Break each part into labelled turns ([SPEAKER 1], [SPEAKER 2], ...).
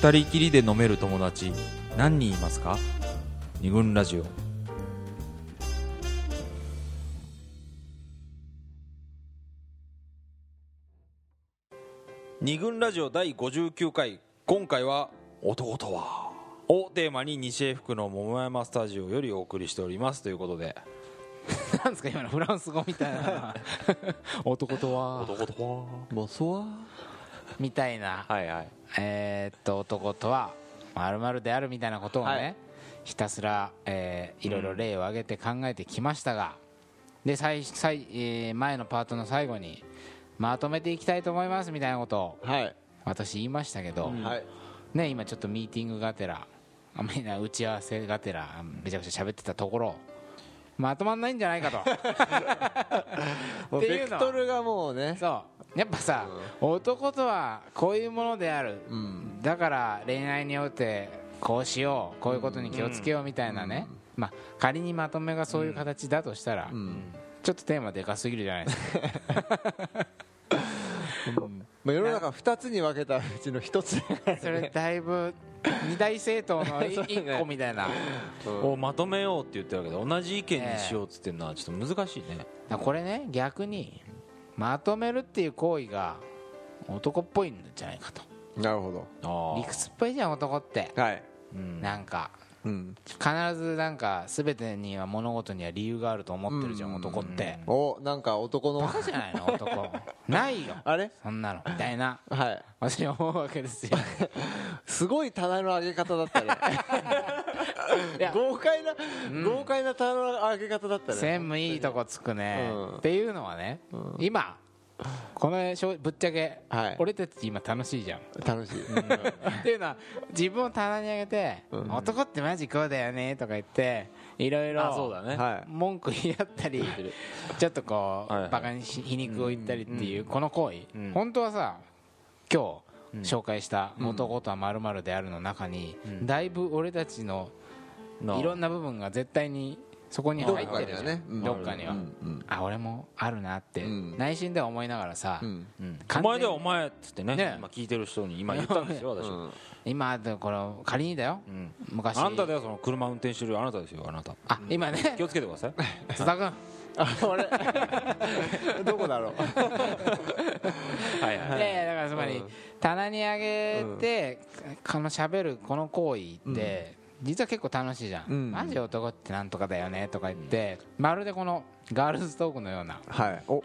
[SPEAKER 1] 二人きりで飲める友達何人いますか二軍ラジオ二軍ラジオ第59回今回は「男とは」をテーマに西英福の桃山スタジオよりお送りしておりますということで
[SPEAKER 2] なんですか今のフランス語みたい な男と
[SPEAKER 1] 「
[SPEAKER 2] は
[SPEAKER 1] とは
[SPEAKER 3] ボスは
[SPEAKER 2] みたい」な、
[SPEAKER 1] はいはい
[SPEAKER 2] えーっと男とはまるであるみたいなことをね、
[SPEAKER 3] はい
[SPEAKER 2] ひたすら、えーいろいろ例を挙げて考えてきましたが、で最最、えー前のパートの最後にまとめていきたいと思いますみたいなことを
[SPEAKER 3] はい、
[SPEAKER 2] 私言いましたけど、
[SPEAKER 3] はい
[SPEAKER 2] ね、今ちょっとミーティングがてらあみんな打ち合わせがてらめちゃくちゃ喋ってたところまとまんないんじゃないかと。
[SPEAKER 3] もう
[SPEAKER 2] ってい
[SPEAKER 3] ベ
[SPEAKER 2] う
[SPEAKER 3] ク
[SPEAKER 2] のは
[SPEAKER 3] トルがもうね
[SPEAKER 2] そうやっぱさ、男とはこういうものである、
[SPEAKER 3] ん
[SPEAKER 2] だから恋愛においてこうしようこういうことに気をつけようみたいなね、まあ、仮にまとめがそういう形だとしたら、ちょっとテーマでかすぎるじゃないです か
[SPEAKER 3] まあ世の中2つに分けたうちの1つだから
[SPEAKER 2] それだいぶ二大政 党のい一個みたいな、だか
[SPEAKER 1] をまとめようって言ってるわけで同じ意見にしようっつってんのはちょっと難しいね
[SPEAKER 2] らこれね逆にまとめるっていう行為が男っぽいんじゃないかと
[SPEAKER 3] なるほ
[SPEAKER 1] あ
[SPEAKER 3] ど
[SPEAKER 2] 理屈っぽいじゃん男って、
[SPEAKER 3] はい、
[SPEAKER 2] なんか
[SPEAKER 3] うん、
[SPEAKER 2] 必ずなんか全てには物事には理由があると思ってるじゃん男って
[SPEAKER 3] おなんか男
[SPEAKER 2] バ
[SPEAKER 3] の
[SPEAKER 2] カじゃないの 男ないよ
[SPEAKER 3] あれ
[SPEAKER 2] そんなのみたいな
[SPEAKER 3] はい
[SPEAKER 2] 私は思うわけです よ
[SPEAKER 3] すごい棚の上げ方だった ね
[SPEAKER 2] いや
[SPEAKER 3] 豪快な、豪快な棚の上げ方だったね
[SPEAKER 2] 専務いいとこつくね、
[SPEAKER 3] うん
[SPEAKER 2] っていうのはね、今このしょぶっちゃけ、
[SPEAKER 3] はい
[SPEAKER 2] 俺たち今楽しいじゃん
[SPEAKER 3] 楽し
[SPEAKER 2] っ
[SPEAKER 3] い、
[SPEAKER 2] ていうのは自分を棚に上げて、男ってマジこうだよねとか言っていろいろ
[SPEAKER 1] あそうだね
[SPEAKER 3] は
[SPEAKER 2] 文句言い合ったりちょっとこ
[SPEAKER 1] はいはいう
[SPEAKER 2] バカにし皮肉を言ったりっていうこの行為本当はさ今日紹介した「男とはまるである」の中にだいぶ俺たちのいろんな部分が絶対にそこに入ってるじゃ
[SPEAKER 3] どっかにはねうん
[SPEAKER 2] んどっかには
[SPEAKER 3] うんうん
[SPEAKER 2] あ俺もあるなって
[SPEAKER 3] ん
[SPEAKER 2] 内心では思いながらさ
[SPEAKER 3] うん
[SPEAKER 1] お
[SPEAKER 2] 完全に
[SPEAKER 1] 前だよお前っつってね
[SPEAKER 2] ね
[SPEAKER 1] 今聞いてる人に今言ったんですよ私、
[SPEAKER 3] うん
[SPEAKER 2] 今でこの仮にだよ昔
[SPEAKER 1] あんただよその車運転してるあなたですよあなた
[SPEAKER 2] あ今ね
[SPEAKER 1] 気をつけてください
[SPEAKER 2] 津田君
[SPEAKER 3] あれ どこだろう
[SPEAKER 1] はいはい
[SPEAKER 2] いやいやだからつまり、棚に上げて、かこの喋るこの行為って、実は結構楽しいじゃん、
[SPEAKER 3] うん
[SPEAKER 2] マジ男ってなんとかだよねとか言って、まるでこのガールズトークのような
[SPEAKER 3] はいお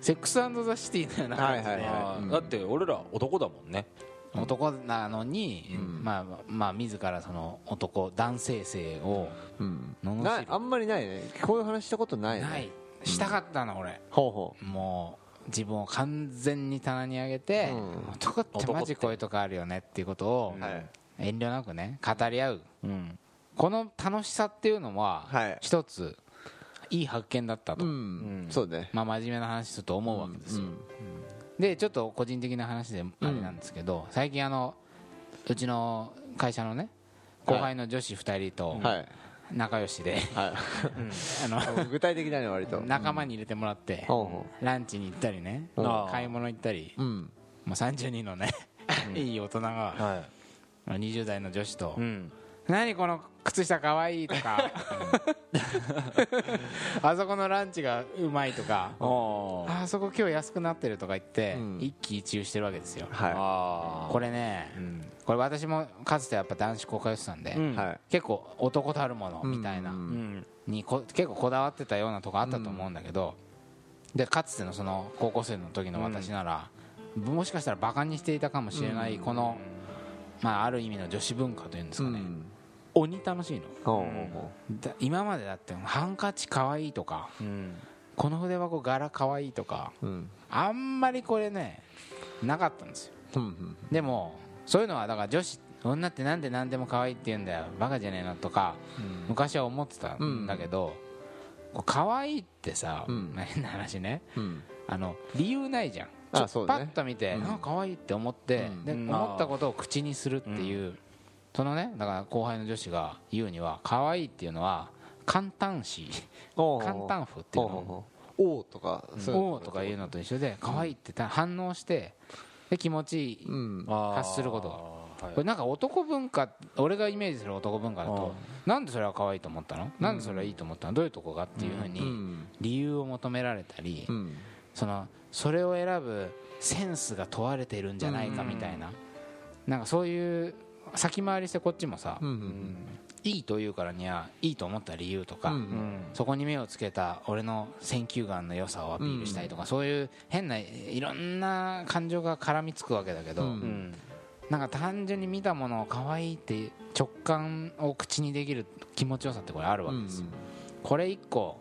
[SPEAKER 2] セックスザ・シティのような
[SPEAKER 3] はい
[SPEAKER 2] 感
[SPEAKER 3] はい
[SPEAKER 2] じで、
[SPEAKER 1] あ
[SPEAKER 3] う
[SPEAKER 1] ー
[SPEAKER 3] ん
[SPEAKER 1] だって俺ら男だもんね
[SPEAKER 2] 男なのに、まあまあ自らその男男性性を
[SPEAKER 3] うん
[SPEAKER 2] 罵
[SPEAKER 3] ない
[SPEAKER 2] る
[SPEAKER 3] あんまりないねこういう話したことないね
[SPEAKER 2] ないしたかったの俺、
[SPEAKER 3] ほうほ
[SPEAKER 2] もう自分を完全に棚に上げて、
[SPEAKER 3] うん
[SPEAKER 2] 男ってマジこういうとこあるよねっていうことを
[SPEAKER 3] はい
[SPEAKER 2] 遠慮なくね語り合う
[SPEAKER 1] うん
[SPEAKER 2] この楽しさっていうのは
[SPEAKER 3] はい
[SPEAKER 2] 一ついい発見だったと、
[SPEAKER 3] ううん、
[SPEAKER 1] うん
[SPEAKER 3] そうね
[SPEAKER 2] まあ、真面目な話すると思うわけですよ、
[SPEAKER 3] うん
[SPEAKER 2] でちょっと個人的な話であれなんですけど、最近あのうちの会社のね後輩の女子2人と
[SPEAKER 3] はい
[SPEAKER 2] 仲良しで、
[SPEAKER 3] はい
[SPEAKER 2] あの
[SPEAKER 3] 具体的だね割と
[SPEAKER 2] 仲間に入れてもらって、
[SPEAKER 3] ほうほ
[SPEAKER 2] ランチに行ったりね、
[SPEAKER 1] うんああ
[SPEAKER 2] 買い物行ったり
[SPEAKER 3] ううん
[SPEAKER 2] もう30人のね いい大人が
[SPEAKER 1] は
[SPEAKER 2] 20代の女子と
[SPEAKER 1] いうん
[SPEAKER 2] 「何この靴下かわいい」とか「あそこのランチがうまい」とか
[SPEAKER 1] あ
[SPEAKER 2] 「
[SPEAKER 1] ー
[SPEAKER 2] あそこ今日安くなってる」とか言って
[SPEAKER 3] うん
[SPEAKER 2] 一喜一憂してるわけですよ
[SPEAKER 3] は
[SPEAKER 1] あー
[SPEAKER 2] これね
[SPEAKER 1] うん
[SPEAKER 2] これ私もかつてやっぱ男子校通ってたんで
[SPEAKER 1] うん
[SPEAKER 3] いはい
[SPEAKER 2] 結構男たるものみたいうなん
[SPEAKER 1] うん
[SPEAKER 2] にこ結構こだわってたようなとこあったと思うんだけどでかつてのその高校生の時の私ならもしかしたらバカにしていたかもしれないこのまあある意味の女子文化というんです
[SPEAKER 3] う
[SPEAKER 2] かね
[SPEAKER 3] ん
[SPEAKER 2] 鬼楽しいの
[SPEAKER 3] ほうほうほ
[SPEAKER 2] だ今までだってハンカチかわいいとか
[SPEAKER 1] うん
[SPEAKER 2] この筆箱柄かわいいとか
[SPEAKER 3] ううん
[SPEAKER 2] あんまりこれねなかったんですよ
[SPEAKER 3] うんうん
[SPEAKER 2] でもそういうのはだから女子女ってなんで何でも可愛いって言うんだよバカじゃねえのとか昔は思ってたんだけど、こう可愛いってさ、
[SPEAKER 3] うん
[SPEAKER 2] 変な話ね
[SPEAKER 3] うん
[SPEAKER 2] あの理由ないじゃん
[SPEAKER 3] あ
[SPEAKER 2] ちょ
[SPEAKER 3] そう
[SPEAKER 2] パ
[SPEAKER 3] だね
[SPEAKER 2] ッと見て、あ可愛いって思って、
[SPEAKER 3] うん
[SPEAKER 2] で
[SPEAKER 1] うん
[SPEAKER 2] 思ったことを口にするっていう、そのねだから後輩の女子が言うには可愛いっていうのは簡単詞
[SPEAKER 3] ほうほう
[SPEAKER 2] 簡単符っていうの
[SPEAKER 3] ほうほうほうおうとかそういう
[SPEAKER 2] おーとかいうのと一緒で可愛いってた反応してで気持ちいい
[SPEAKER 3] うん
[SPEAKER 1] あー
[SPEAKER 2] 発すること
[SPEAKER 1] はい
[SPEAKER 2] これなんか男文化俺がイメージする男文化だとなんでそれは可愛いと思ったのなんでそれはいいと思ったのどういうとこがっていうふう
[SPEAKER 3] う
[SPEAKER 2] に
[SPEAKER 3] ん
[SPEAKER 2] 理由を求められたり
[SPEAKER 3] うん
[SPEAKER 2] そのそれを選ぶセンスが問われてるんじゃないかみたいななんかそういう先回りしてこっちもさ
[SPEAKER 3] うん
[SPEAKER 2] いいというからにはいいと思った理由と
[SPEAKER 3] う
[SPEAKER 2] か
[SPEAKER 1] うんん
[SPEAKER 2] そこに目をつけた俺の選球眼の良さをアピールしたいとか、そういう変ないろんな感情が絡みつくわけだけど、
[SPEAKER 3] うん
[SPEAKER 1] うん
[SPEAKER 2] なんか単純に見たものを可愛いって直感を口にできる気持ちよさってこれあるわけですよ、これ一個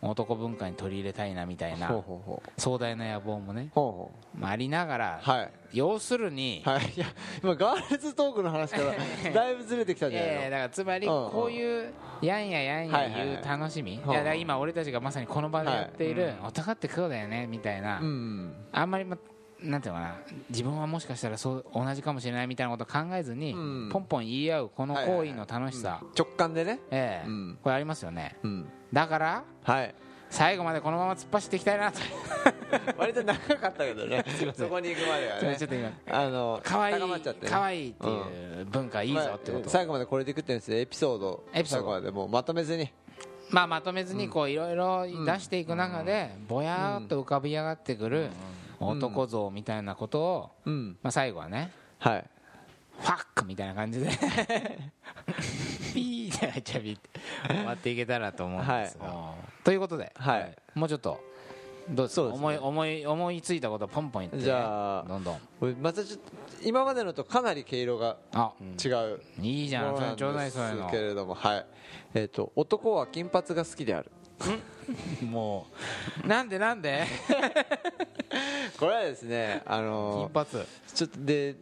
[SPEAKER 2] 男文化に取り入れたいなみたいな
[SPEAKER 3] ほうほうほう
[SPEAKER 2] 壮大な野望もね、
[SPEAKER 3] ほう
[SPEAKER 2] まあ、ありながら、
[SPEAKER 3] ほうはい
[SPEAKER 2] 要するに、
[SPEAKER 3] はいいや今ガールズトークの話からだいぶずれてきたん
[SPEAKER 2] い
[SPEAKER 3] じゃ
[SPEAKER 2] やいや
[SPEAKER 3] ない
[SPEAKER 2] だからつまり
[SPEAKER 3] うんうん
[SPEAKER 2] こういうやんややんや言う楽しみ、い
[SPEAKER 3] はいはい
[SPEAKER 2] やだから今俺たちがまさにこの場でやっている、
[SPEAKER 1] はい
[SPEAKER 2] お高ってこうだよねみたいな、
[SPEAKER 3] のうん
[SPEAKER 2] あんまり、ま、なんていうのかな自分はもしかしたらそう同じかもしれないみたいなこと考えずに、
[SPEAKER 3] うん
[SPEAKER 2] ポンポン言い合うこの
[SPEAKER 3] はいはい
[SPEAKER 2] 行
[SPEAKER 3] はい
[SPEAKER 2] 為の楽しさ、
[SPEAKER 3] 直感でね
[SPEAKER 2] ええ
[SPEAKER 3] うん
[SPEAKER 2] これありますよね
[SPEAKER 3] うん
[SPEAKER 2] だから
[SPEAKER 3] はい
[SPEAKER 2] 最後までこのまま突っ走っていきたいな と、
[SPEAKER 3] 割と長かったけどねそこに行くまではね
[SPEAKER 2] ちょっと今
[SPEAKER 3] あの
[SPEAKER 2] 可愛い
[SPEAKER 3] 高まっちゃってね
[SPEAKER 2] 可愛いっていう文化いいぞってこ
[SPEAKER 3] まあ
[SPEAKER 2] と、
[SPEAKER 3] 最後までこれでいくって言うんですよエピソード
[SPEAKER 2] エピソード
[SPEAKER 3] 最後までもうまとめずに
[SPEAKER 2] まあ、まとめずにこういろいろ出していく中でぼやーっと浮かび上がってくる男像みたいなことを、
[SPEAKER 3] うん
[SPEAKER 2] まあ、最後はね
[SPEAKER 3] はい
[SPEAKER 2] ファックみたいな感じで ピーって入っちゃうピーって終わっていけたらと思うんですが、ということで
[SPEAKER 3] はい
[SPEAKER 2] もうちょっとどうですか
[SPEAKER 3] そうですね
[SPEAKER 2] 思い思い思いついたことをポンポン言って
[SPEAKER 3] じゃあ
[SPEAKER 2] どんどん
[SPEAKER 3] これまたちょっと今までのとかなり毛色が
[SPEAKER 2] あ
[SPEAKER 3] 違う
[SPEAKER 2] いいじゃん
[SPEAKER 3] も
[SPEAKER 2] そ
[SPEAKER 3] の
[SPEAKER 2] れ
[SPEAKER 3] なん
[SPEAKER 2] ちょうだい
[SPEAKER 3] で
[SPEAKER 2] そういうの
[SPEAKER 3] すけれどもはいえっと男は金髪が好きである
[SPEAKER 2] もうなんでなんで
[SPEAKER 3] これはですねあ
[SPEAKER 2] 金
[SPEAKER 3] の
[SPEAKER 2] 髪
[SPEAKER 3] ちょっとで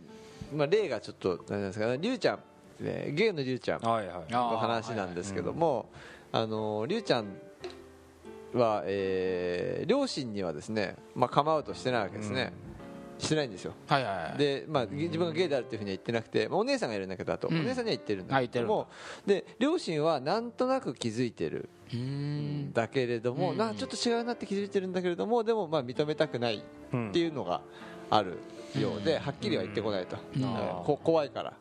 [SPEAKER 3] まあ例がちょっとなんですかねりゅうちゃんえーゲイのりゅうちゃん
[SPEAKER 1] はいはい
[SPEAKER 2] あ
[SPEAKER 3] の話なんですけどもあのりゅうちゃんはえー両親にはですねまあカムアウトしてないわけですねしてないんですよ
[SPEAKER 2] はいはいはい
[SPEAKER 3] で、まあ、自分がゲイであるっていうふうには言ってなくて、まあ、お姉さんがいるんだけどあと、
[SPEAKER 2] うん
[SPEAKER 3] お姉さんには言ってるんだけどもで両親はなんとなく気づいてる
[SPEAKER 2] うーん
[SPEAKER 3] んだけれども、
[SPEAKER 2] うん
[SPEAKER 3] なちょっと違うなって気づいてるんだけれどもでもまあ認めたくないっていうのがあるようで、はっきりは言ってこないと、
[SPEAKER 2] うん
[SPEAKER 3] だからこ怖いから、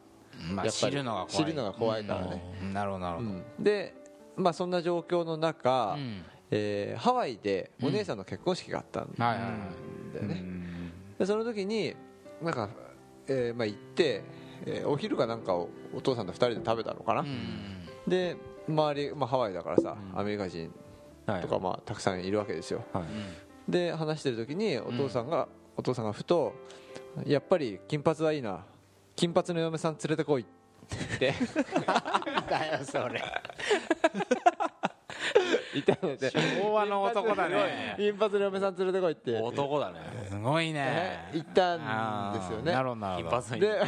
[SPEAKER 2] まあ
[SPEAKER 3] やっぱ
[SPEAKER 2] 知
[SPEAKER 3] り
[SPEAKER 2] るのが怖い
[SPEAKER 3] 知るのが怖いからね、
[SPEAKER 2] うんなるほどなるほ
[SPEAKER 3] う
[SPEAKER 2] ど
[SPEAKER 3] んで、まあ、そんな状況の中、
[SPEAKER 2] うん
[SPEAKER 3] えーハワイでお姉さんの結婚式があったんだよ
[SPEAKER 2] はいはいはい
[SPEAKER 3] ね、でその時になんか、えーまあ、行って、えーお昼かなんかをお父さんと2人で食べたのかな、
[SPEAKER 2] うん
[SPEAKER 3] で周り、まあ、ハワイだからさ、アメリカ人
[SPEAKER 1] はい
[SPEAKER 3] とか、まあ、たくさんいるわけですよ
[SPEAKER 1] はい
[SPEAKER 3] で話してる時にお父さんが、お父さんがふとやっぱり金髪はいいな金髪の嫁さん連れてこいって
[SPEAKER 2] だよそれ
[SPEAKER 3] 言ったので
[SPEAKER 2] 昭和の男 だね
[SPEAKER 3] 金髪の嫁さん連れてこいって
[SPEAKER 1] 男だね
[SPEAKER 2] すごい
[SPEAKER 3] え
[SPEAKER 2] ね
[SPEAKER 3] 言ったんですよ
[SPEAKER 2] あー
[SPEAKER 3] ね
[SPEAKER 2] なるほどなる
[SPEAKER 1] 金
[SPEAKER 2] ほ
[SPEAKER 1] 髪
[SPEAKER 2] ど
[SPEAKER 1] の
[SPEAKER 3] で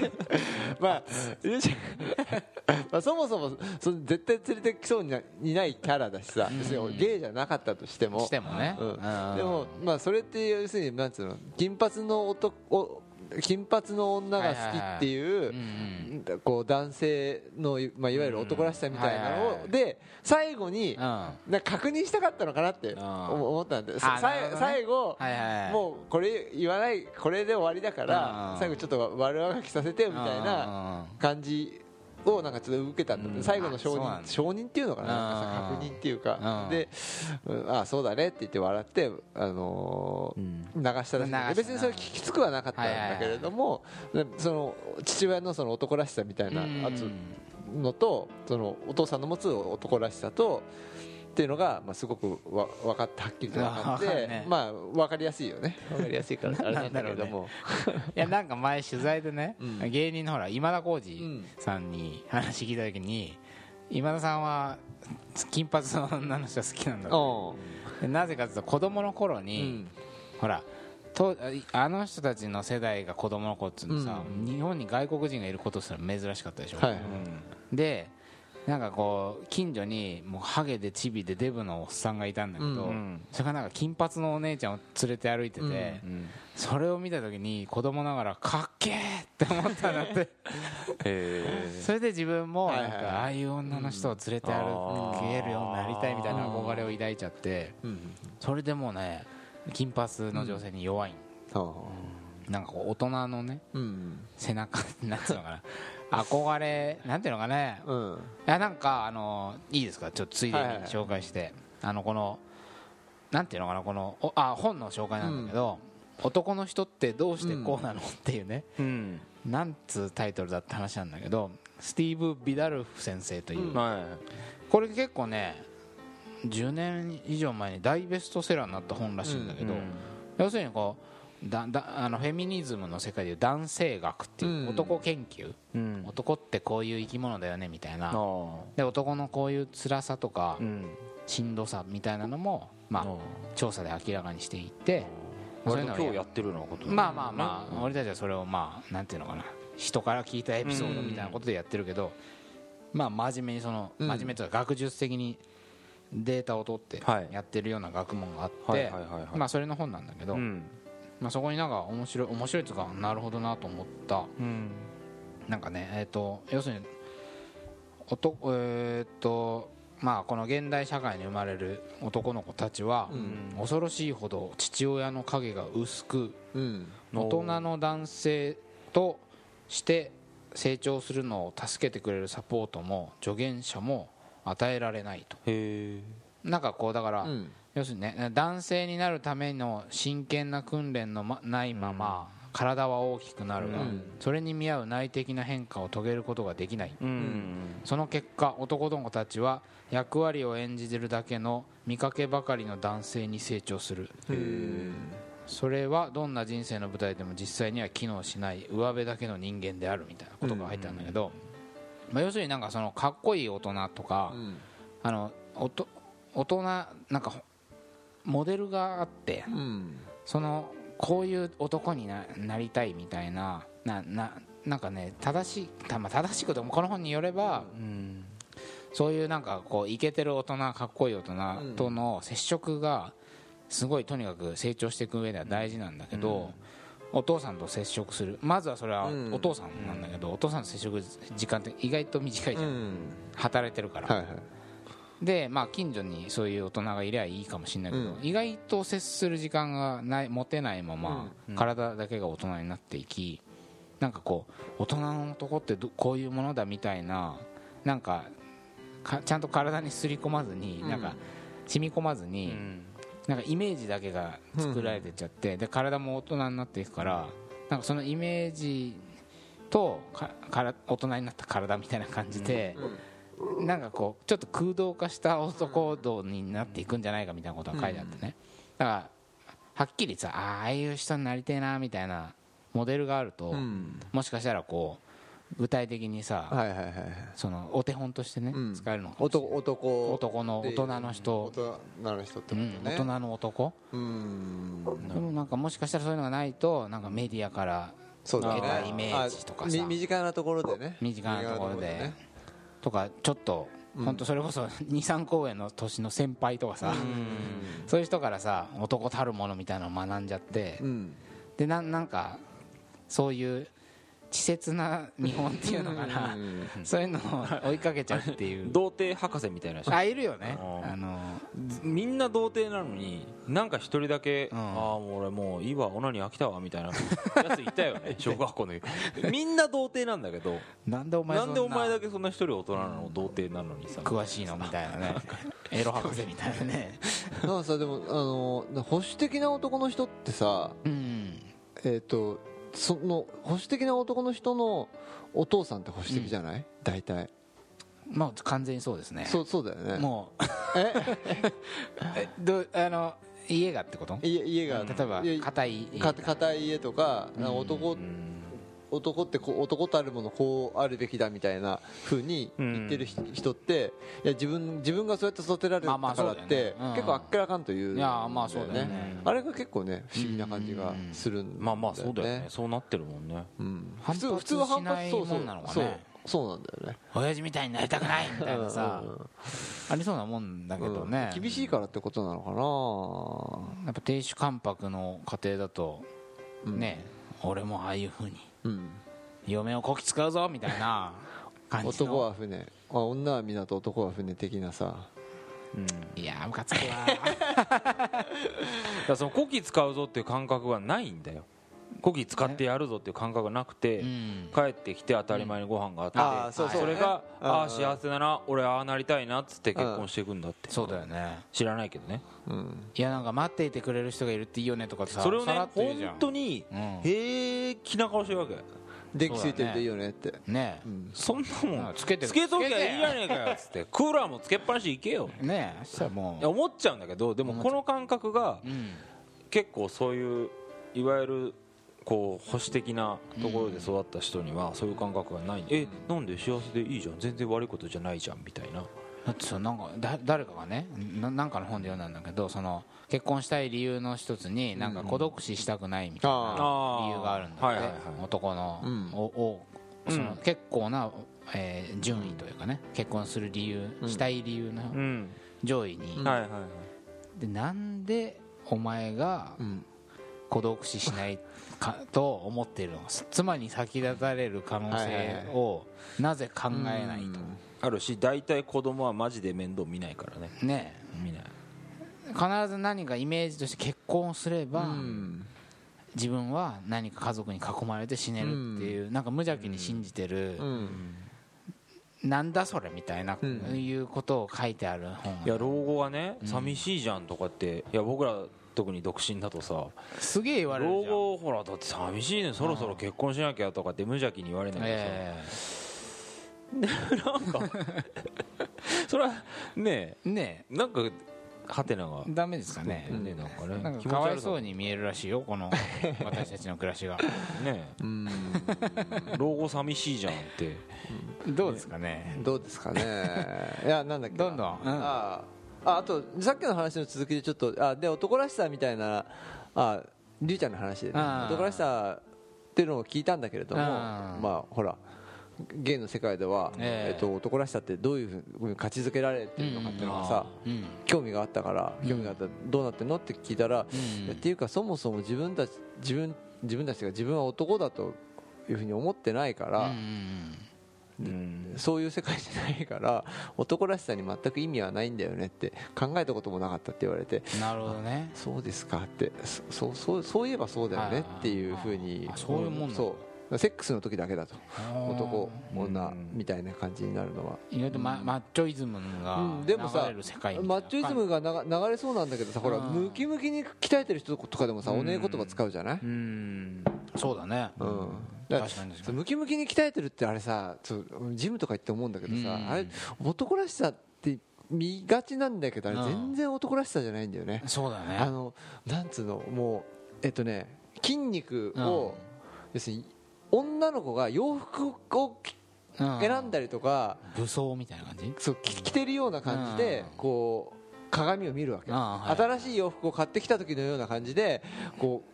[SPEAKER 3] でまあゆうちゃん まあそもそもその絶対連れてきそうにないないキャラだしさ別にゲイじゃなかったとしても
[SPEAKER 2] してもね
[SPEAKER 3] うん
[SPEAKER 2] うん
[SPEAKER 3] でもまあそれって要するになんつうの金髪の男お金髪の女が好きっていう
[SPEAKER 2] うんうん
[SPEAKER 3] こう男性の、まあ、いわゆる男らしさみたいな
[SPEAKER 2] うんはいはいは
[SPEAKER 3] のを
[SPEAKER 2] い
[SPEAKER 3] で最後に
[SPEAKER 2] うん
[SPEAKER 3] なんか確認したかったのかなって
[SPEAKER 1] あー
[SPEAKER 3] 思思ったんで
[SPEAKER 2] あー
[SPEAKER 3] さ
[SPEAKER 2] なるほどね
[SPEAKER 3] 最後
[SPEAKER 2] はいはいはい
[SPEAKER 3] もうこれ言わないこれで終わりだか
[SPEAKER 2] う
[SPEAKER 3] ら
[SPEAKER 2] ん
[SPEAKER 3] 最後ちょっと悪あがきさせてみたいな
[SPEAKER 2] うんうんうん
[SPEAKER 3] 感じをなんかちょっと受けたんだって最後の
[SPEAKER 2] あ
[SPEAKER 3] 承
[SPEAKER 2] そうなん
[SPEAKER 3] 認
[SPEAKER 2] だ
[SPEAKER 3] 承認っていうのかななんかさ
[SPEAKER 2] うん
[SPEAKER 3] 確認っていうか
[SPEAKER 2] うん
[SPEAKER 3] でうんあーそうだねって言って笑ってあのー流したらしいんだけど
[SPEAKER 2] 流したな
[SPEAKER 3] 別にそれきつくはなかったんだけれどもでその父親のその男らしさみたいなあとのとそのお父さんの持つ男らしさとっていうのが、まあ、すごくわ分かってはっきりと分かって
[SPEAKER 2] わかるね
[SPEAKER 3] まあ、分かりやすいよね分かりやすい からあれなんだけれども、
[SPEAKER 2] いやなんか前取材でね、
[SPEAKER 3] うん
[SPEAKER 2] 芸人のほら今田耕
[SPEAKER 3] う
[SPEAKER 2] 司
[SPEAKER 3] ん
[SPEAKER 2] さんに話聞いた時に今田さんは金髪の女の人好きなんだと
[SPEAKER 3] お
[SPEAKER 2] でなぜかというと子供の頃
[SPEAKER 3] う
[SPEAKER 2] に、
[SPEAKER 3] ん
[SPEAKER 2] ほらとあの人たちの世代が子供の頃っていうのさ、日本に外国人がいることすら珍しかったでしょ、
[SPEAKER 3] はい
[SPEAKER 2] でなんかこう近所にもうハゲでチビでデブのおっさんがいたんだけど、
[SPEAKER 3] うん
[SPEAKER 1] うん
[SPEAKER 2] それがなんか金髪のお姉ちゃんを連れて歩いてて、
[SPEAKER 1] うん
[SPEAKER 2] それを見た時に子供ながらかっけーって思ったんだ って
[SPEAKER 1] え
[SPEAKER 2] それで自分もなん
[SPEAKER 3] は
[SPEAKER 2] か
[SPEAKER 3] いはいはい
[SPEAKER 2] ああいう女の人を連れて歩けるようになりたいみたいな憧れを抱いちゃって
[SPEAKER 3] うん
[SPEAKER 2] それでもうね金髪の女性に弱いん
[SPEAKER 3] お
[SPEAKER 2] なんかこう大人のね
[SPEAKER 3] うん
[SPEAKER 2] 背中なんていうのかな憧れなんていうのかね
[SPEAKER 3] うん
[SPEAKER 2] いやなんかあのいいですかちょっとついでに
[SPEAKER 3] はいはいはい
[SPEAKER 2] 紹介して、あのこのなんていうのかなこのおあ本の紹介なんだけど、男の人ってどうしてこうなのっていうね、
[SPEAKER 1] うん
[SPEAKER 2] なんつうタイトルだって話なんだけどスティーブ・ビダルフ先生という、
[SPEAKER 1] は
[SPEAKER 2] これ結構ね10年以上前に大ベストセラーになった本らしいんだけど、
[SPEAKER 1] うんうん
[SPEAKER 2] 要するにこうだだあのフェミニズムの世界でいう男性学っていう
[SPEAKER 3] うん
[SPEAKER 2] 男研究、
[SPEAKER 1] いうん
[SPEAKER 2] 男ってこういう生き物だよねみたいな、
[SPEAKER 1] ああ
[SPEAKER 2] で男のこういう辛さとか、
[SPEAKER 1] うん
[SPEAKER 2] しんどさみたいなのも、まあ、調査で明らかにしていってそうい
[SPEAKER 1] 割
[SPEAKER 2] う
[SPEAKER 1] と
[SPEAKER 2] のを
[SPEAKER 1] 今日やってるようなこと
[SPEAKER 2] まあまあまあ俺たちはそれをまあなんていうのかな人から聞いたエピソードみたいなことでやってるけどまあ真面目にその
[SPEAKER 3] うん
[SPEAKER 2] 真面目というか学術的にデータを取って
[SPEAKER 1] はい
[SPEAKER 2] やってるような学問があっ
[SPEAKER 1] はい
[SPEAKER 2] て
[SPEAKER 1] はいはいはい
[SPEAKER 2] まあそれの本なんだけど
[SPEAKER 1] うん
[SPEAKER 2] まあそこになんか面白い面白いというかなるほどなと思った
[SPEAKER 1] うん
[SPEAKER 2] なんかねえっと要するに男えっとまあこの現代社会に生まれる男の子たちは
[SPEAKER 3] うん
[SPEAKER 2] 恐ろしいほど父親の影が薄く
[SPEAKER 3] うん
[SPEAKER 2] 大人の男性として成長するのを助けてくれるサポートも助言者も与えられないと
[SPEAKER 1] へえ
[SPEAKER 2] なんかこうだから、
[SPEAKER 3] うん
[SPEAKER 2] 要するにね男性になるための真剣な訓練のまないまま、体は大きくなるが、
[SPEAKER 3] うん
[SPEAKER 2] それに見合う内的な変化を遂げることができない
[SPEAKER 1] うん
[SPEAKER 2] その結果男どもたちは役割を演じてるだけの見かけばかりの男性に成長するそれはどんな人生の舞台でも実際には機能しない上辺だけの人間であるみたいなことが入ったんだけど、まあ、要するになんかそのかっこいい大人とか、
[SPEAKER 3] うん
[SPEAKER 2] あのおと大人なんかモデルがあって
[SPEAKER 3] うん
[SPEAKER 2] そのこういう男にななりたいみたいななななんかね正しいたまあ正しくともこの本によれば、
[SPEAKER 1] うん
[SPEAKER 2] そういうなんかこうイケてる大人かっこいい大人との接触がすごいとにかく成長していく上では大事なんだけど、お父さんと接触するまずはそれは
[SPEAKER 3] うん
[SPEAKER 2] お父さんなんだけど、お父さんと接触時間って意外と短いじ
[SPEAKER 3] う
[SPEAKER 2] ゃん、
[SPEAKER 3] ん
[SPEAKER 2] 働いてるから、
[SPEAKER 3] はいはい
[SPEAKER 2] でまあ近所にそういう大人がいりゃいいかもしれないけど、
[SPEAKER 3] う
[SPEAKER 2] 意外と接する時間がない持てないまま、体だけが大人になっていきなんかこう大人の男ってどこういうものだみたいななんかかちゃんと体にすり込まずに、
[SPEAKER 3] うん
[SPEAKER 2] なんか染み込まずに、なんかイメージだけが作られてっちゃって、で体も大人になっていくからなんかそのイメージとかから大人になった体みたいな感じで。なんかこうちょっと空洞化した男道になっていくんじゃないかみたいなことが書いてあってね、だからはっきりさあーああいう人になりてえなみたいなモデルがあると、
[SPEAKER 3] うん
[SPEAKER 2] もしかしたらこう具体的にさ、
[SPEAKER 3] はいはいはいはい
[SPEAKER 2] そのお手本としてね、
[SPEAKER 3] うん
[SPEAKER 2] 使えるのかもしれない
[SPEAKER 3] 男男
[SPEAKER 2] 男の大人の
[SPEAKER 3] 大
[SPEAKER 2] 人、
[SPEAKER 3] 人の人ってこと
[SPEAKER 2] う
[SPEAKER 3] ね
[SPEAKER 2] ん、大人の男、
[SPEAKER 3] うん
[SPEAKER 2] でもなんかもしかしたらそういうのがないとなんかメディアから
[SPEAKER 3] そうだ
[SPEAKER 2] 得た
[SPEAKER 3] ね
[SPEAKER 2] イメージとかさ
[SPEAKER 3] あみ身近なところでね
[SPEAKER 2] 身近なところで
[SPEAKER 3] ね
[SPEAKER 2] とかちょっと
[SPEAKER 3] ん
[SPEAKER 2] 本当それこそ23公 演の年の先輩とかさ、そういう人からさ男たるものみたいなのを学んじゃって、
[SPEAKER 3] うん
[SPEAKER 2] でななんかそういう稚拙な見本っていうのかな、 そういうのを追いかけちゃうっ ていう
[SPEAKER 1] 童貞博士みたいな人
[SPEAKER 2] あいるよね
[SPEAKER 1] あー
[SPEAKER 2] あの
[SPEAKER 1] みんな童貞なのになんか一人だけ、
[SPEAKER 2] うん
[SPEAKER 1] ああもう俺もういいわオナニー飽きたわみたい なやついたよね小学校の時みんな童貞なんだけど
[SPEAKER 2] なんでお前
[SPEAKER 1] な
[SPEAKER 2] そん
[SPEAKER 1] んで
[SPEAKER 2] な
[SPEAKER 1] お前だけそんな一人大人なの童貞なのにさ
[SPEAKER 2] 詳しいのみた いなねエロ博士みたいなね
[SPEAKER 3] なんかさでもあの保守的な男の人ってさ
[SPEAKER 2] うん
[SPEAKER 3] えっとその保守的な男の人のお父さんって保守的じゃない大体
[SPEAKER 2] まあ完全にそうですね
[SPEAKER 3] そうそうだよね
[SPEAKER 2] もう えどあの家がってこと例
[SPEAKER 3] 家家が
[SPEAKER 2] えば
[SPEAKER 3] いや
[SPEAKER 2] 硬い家
[SPEAKER 3] か硬い家とかなんか男男ってこう男たるものこうあるべきだみたいなふうに言ってる人人っていや自分自分がそうやって育てられ
[SPEAKER 2] ま
[SPEAKER 3] た
[SPEAKER 2] あまあ
[SPEAKER 3] か
[SPEAKER 2] そう
[SPEAKER 3] ら
[SPEAKER 2] だよ
[SPEAKER 3] っ
[SPEAKER 2] ね
[SPEAKER 3] て
[SPEAKER 2] うん
[SPEAKER 3] 結構あっけらかんという
[SPEAKER 2] いやまあそうだよね
[SPEAKER 3] あれが結構ね不思議な感じがするんだよね
[SPEAKER 1] まあまあそうだよねそうなってるもんね
[SPEAKER 3] うん
[SPEAKER 2] 反
[SPEAKER 3] 普
[SPEAKER 2] 発
[SPEAKER 3] 通普通は反
[SPEAKER 2] しない
[SPEAKER 3] 発そうそ
[SPEAKER 2] もん
[SPEAKER 3] う
[SPEAKER 2] なのかね
[SPEAKER 3] そうそうなんだよね
[SPEAKER 2] 親父みたいになりたくないみたいなさ
[SPEAKER 3] うんうんうん
[SPEAKER 2] ありそうなもんだけどね、
[SPEAKER 3] 厳しいからってことなの
[SPEAKER 2] やっぱ亭主関白の家庭だと、ね俺もああいうふうに
[SPEAKER 3] かなうん
[SPEAKER 2] 嫁をこき使うぞみたい な感じの
[SPEAKER 3] 男は船あ女は港男は船的なさ
[SPEAKER 2] いやームカつく わ
[SPEAKER 1] だからその古希使うぞっていう感覚がないんだよこぎ使ってやるぞっていう感覚がなくて、
[SPEAKER 2] うん
[SPEAKER 1] 帰ってきて当たり前にご飯があって、
[SPEAKER 3] あーそうそう
[SPEAKER 1] それが、
[SPEAKER 3] うん
[SPEAKER 1] ああ幸せだな俺ああなりたいなっつって結婚していくんだって、
[SPEAKER 2] そうだよね
[SPEAKER 1] 知らないけどね
[SPEAKER 3] うん
[SPEAKER 2] いやなんか待っていてくれる人がいるっていいよねとかさ
[SPEAKER 1] それを
[SPEAKER 2] さら
[SPEAKER 1] ね
[SPEAKER 2] っと言うじゃ
[SPEAKER 1] 本
[SPEAKER 2] ん
[SPEAKER 1] 当に
[SPEAKER 2] うん
[SPEAKER 1] 平気な顔してるわけ
[SPEAKER 3] 電気ついてるといいよねって
[SPEAKER 2] ね
[SPEAKER 1] そんなも
[SPEAKER 2] あ
[SPEAKER 1] ん
[SPEAKER 2] つけて
[SPEAKER 1] つけときゃいいじゃねえかよっつってクーラーもつけっぱなしでいけよ
[SPEAKER 2] えねえそしたらも
[SPEAKER 1] いうや思っちゃうんだけどでもこの感覚が
[SPEAKER 2] うん
[SPEAKER 1] 結構そういういわゆるこう保守的なところで育った人にはそういう感覚がない、えなんで幸せでいいじゃん全然悪いことじゃないじゃんみたいな
[SPEAKER 2] だってさなんかだ誰かがねななんかの本で読んだんだけどその結婚したい理由の一つになんか孤独死したくないみたいな
[SPEAKER 1] あー
[SPEAKER 2] 理由があるんだって、
[SPEAKER 1] はいはいはい
[SPEAKER 2] 男の、
[SPEAKER 3] うん
[SPEAKER 2] おおその結構な、えー順位というかね結婚する理由、したい理由
[SPEAKER 1] う
[SPEAKER 2] の
[SPEAKER 1] ん
[SPEAKER 2] 上位に、
[SPEAKER 1] はいはいはい
[SPEAKER 2] でなんでお前が
[SPEAKER 3] うん
[SPEAKER 2] 孤独死しないかと思っているのか妻に先立たれる可能性をなぜ考えないと、
[SPEAKER 1] あるし大体子供はマジで面倒見ないからね
[SPEAKER 2] ねえ
[SPEAKER 1] 見ない
[SPEAKER 2] 必ず何かイメージとして結婚をすれば、
[SPEAKER 3] うん
[SPEAKER 2] 自分は何か家族に囲まれて死ねるっていう、なんか無邪気に信じてる、
[SPEAKER 3] うん
[SPEAKER 2] なんだそれみたいな、
[SPEAKER 3] うん
[SPEAKER 2] いうことを書いてある本
[SPEAKER 1] いや老後がね寂しいじゃんとかって、いや僕ら特に独身だとさ
[SPEAKER 2] すげえ言われる
[SPEAKER 1] 老
[SPEAKER 2] じゃん
[SPEAKER 1] 後ほらだって寂しいねそろそろ結婚しなきゃとかって無邪気に言われないけどさ、
[SPEAKER 2] え
[SPEAKER 1] それはね
[SPEAKER 2] えね
[SPEAKER 1] えなんかハテナが
[SPEAKER 2] えダメですかね、
[SPEAKER 1] ねなんかね
[SPEAKER 2] なん
[SPEAKER 1] 気持
[SPEAKER 2] か
[SPEAKER 1] ち
[SPEAKER 2] かわ
[SPEAKER 1] 悪
[SPEAKER 2] いそうに見えるらしいよこの私たちの暮らしが
[SPEAKER 1] ねえ老後寂しいじゃん って
[SPEAKER 2] どうですかね
[SPEAKER 3] どうですかね いやなんだっけな
[SPEAKER 2] どんどんうん
[SPEAKER 3] あーああとさっきの話の続きでちょっとあで男らしさみたいなありゅうちゃんの話で、ね、
[SPEAKER 2] あー
[SPEAKER 3] 男らしさっていうのを聞いたんだけれども
[SPEAKER 2] あー
[SPEAKER 3] まあほらゲイの世界では、
[SPEAKER 2] ええ
[SPEAKER 3] えっと男らしさってどういうふうに価値づけられてるのかっていうのがさ、
[SPEAKER 2] うん
[SPEAKER 3] 興味があったから興味があったらどうなってんのって聞いたら、
[SPEAKER 2] うん
[SPEAKER 3] いやっていうかそもそも自分たち自分自分たちが自分は男だというふうに思ってないか
[SPEAKER 2] うん
[SPEAKER 3] ら、
[SPEAKER 1] うん
[SPEAKER 3] そういう世界じゃないから 男らしさに全く意味はないんだよねって考えたこともなかったって言われて
[SPEAKER 2] うんなるほどね
[SPEAKER 3] そうですかってそそうそうそういえばそうだよねっていうふうに
[SPEAKER 2] あそういうもんなんだ
[SPEAKER 3] そうセックスの時だけだと男
[SPEAKER 1] う
[SPEAKER 3] 女
[SPEAKER 1] ん
[SPEAKER 3] みたいな感じになるのは。
[SPEAKER 2] 意外とマ,、マッチョイズムが
[SPEAKER 3] うんでもさ
[SPEAKER 2] 流れる世界みたいな
[SPEAKER 3] マッチョイズムがなが流れそうなんだけどさほら
[SPEAKER 2] うん
[SPEAKER 3] ムキムキに鍛えてる人とかでもさおねえ言葉使うじゃない、
[SPEAKER 1] うん
[SPEAKER 2] そうだね、
[SPEAKER 3] うんだから
[SPEAKER 2] 確かに確か
[SPEAKER 3] そう
[SPEAKER 2] に
[SPEAKER 3] ムキムキに鍛えてるってあれさそうジムとか行って思うんだけどさ、
[SPEAKER 2] うん
[SPEAKER 3] あれ男らしさって見がちなんだけどあれ
[SPEAKER 2] うん
[SPEAKER 3] 全然男らしさじゃないんだよね、
[SPEAKER 2] そうだね
[SPEAKER 3] あのなんつうのもうえっとね筋肉を、要するに女の子が洋服をき
[SPEAKER 2] うん
[SPEAKER 3] 選んだりとか、
[SPEAKER 2] 武装みたいな感じ
[SPEAKER 3] そうき着てるような感じで、
[SPEAKER 2] うん
[SPEAKER 3] こう鏡を見るわけ、
[SPEAKER 2] うんはい
[SPEAKER 3] 新しい洋服を買ってきた時のような感じでこう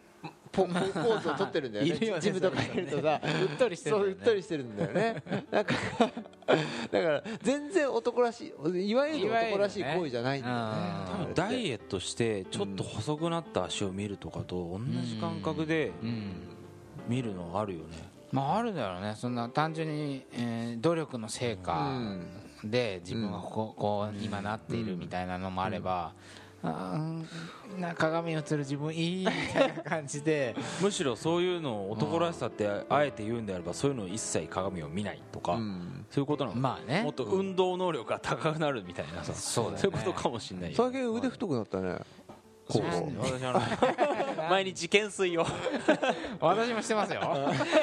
[SPEAKER 3] ポポーズを取ってるんだよね
[SPEAKER 2] いるよね
[SPEAKER 3] ジムとかいるとさ
[SPEAKER 2] うっとりしてる
[SPEAKER 3] そ
[SPEAKER 2] ん
[SPEAKER 3] う
[SPEAKER 2] だ
[SPEAKER 3] う
[SPEAKER 2] よ
[SPEAKER 3] っ
[SPEAKER 2] ね
[SPEAKER 3] とりしてるんだよねなんか だから全然男らしいいわゆる男らしい行為じゃないんだよね
[SPEAKER 2] いわゆるねうん
[SPEAKER 1] 多分ダイエットしてちょっと細くなった足を見るとかと同じ感覚で
[SPEAKER 2] うん
[SPEAKER 1] 見るのあるよね
[SPEAKER 2] まああるだろうねそんな単純に、えー努力の成
[SPEAKER 3] う
[SPEAKER 2] 果
[SPEAKER 3] ん
[SPEAKER 2] で自分がこうこう今なっているみたいなのもあれば、あーうんな鏡に映る自分いいみたいな感じ で
[SPEAKER 1] むしろそういうのを男らしさってあえて言うんであればそういうのを一切鏡を見ないとか、
[SPEAKER 3] うん
[SPEAKER 1] そういうことなの
[SPEAKER 2] まあね
[SPEAKER 1] もっと運動能力が高くなるみたいなさ
[SPEAKER 2] そうだよね
[SPEAKER 1] いうことかもしれないよ
[SPEAKER 3] 最近腕太くなったねこう
[SPEAKER 1] そう私あ の毎日懸垂を
[SPEAKER 2] 私もしてますよ、